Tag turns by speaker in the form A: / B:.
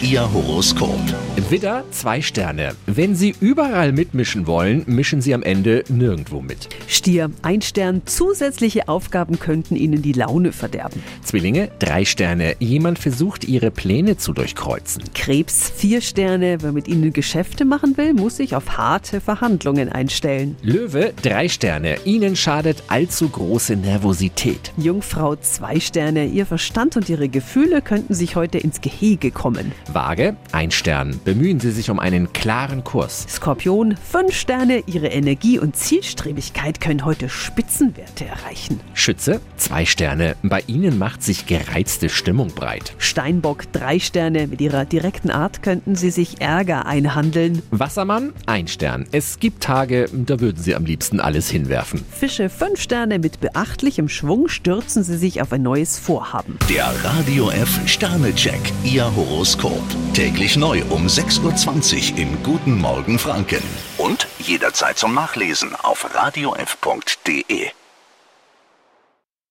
A: Ihr Horoskop.
B: Widder, zwei Sterne. Wenn Sie überall mitmischen wollen, mischen Sie am Ende nirgendwo mit.
C: Stier, ein Stern, zusätzliche Aufgaben könnten Ihnen die Laune verderben.
B: Zwillinge, drei Sterne. Jemand versucht, Ihre Pläne zu durchkreuzen.
C: Krebs, vier Sterne, wer mit Ihnen Geschäfte machen will, muss sich auf harte Verhandlungen einstellen.
B: Löwe, drei Sterne. Ihnen schadet allzu große Nervosität.
C: Jungfrau, zwei Sterne, Ihr Verstand und Ihre Gefühle könnten sich heute ins Gehege kommen.
B: Waage, ein Stern. Bemühen Sie sich um einen klaren Kurs.
C: Skorpion, fünf Sterne, Ihre Energie und Zielstrebigkeit können heute Spitzenwerte erreichen.
B: Schütze, zwei Sterne. Bei Ihnen macht sich gereizte Stimmung breit.
C: Steinbock, drei Sterne, mit Ihrer direkten Art könnten Sie sich Ärger einhandeln.
B: Wassermann, ein Stern. Es gibt Tage, da würden Sie am liebsten alles hinwerfen.
C: Fische, fünf Sterne, mit beachtlichem Schwung stürzen Sie sich auf ein neues Vorhaben.
A: Der Radio F Sternecheck. Ihr Horoskop. Täglich neu um 6.20 Uhr im Guten Morgen Franken. Und jederzeit zum Nachlesen auf radiof.de.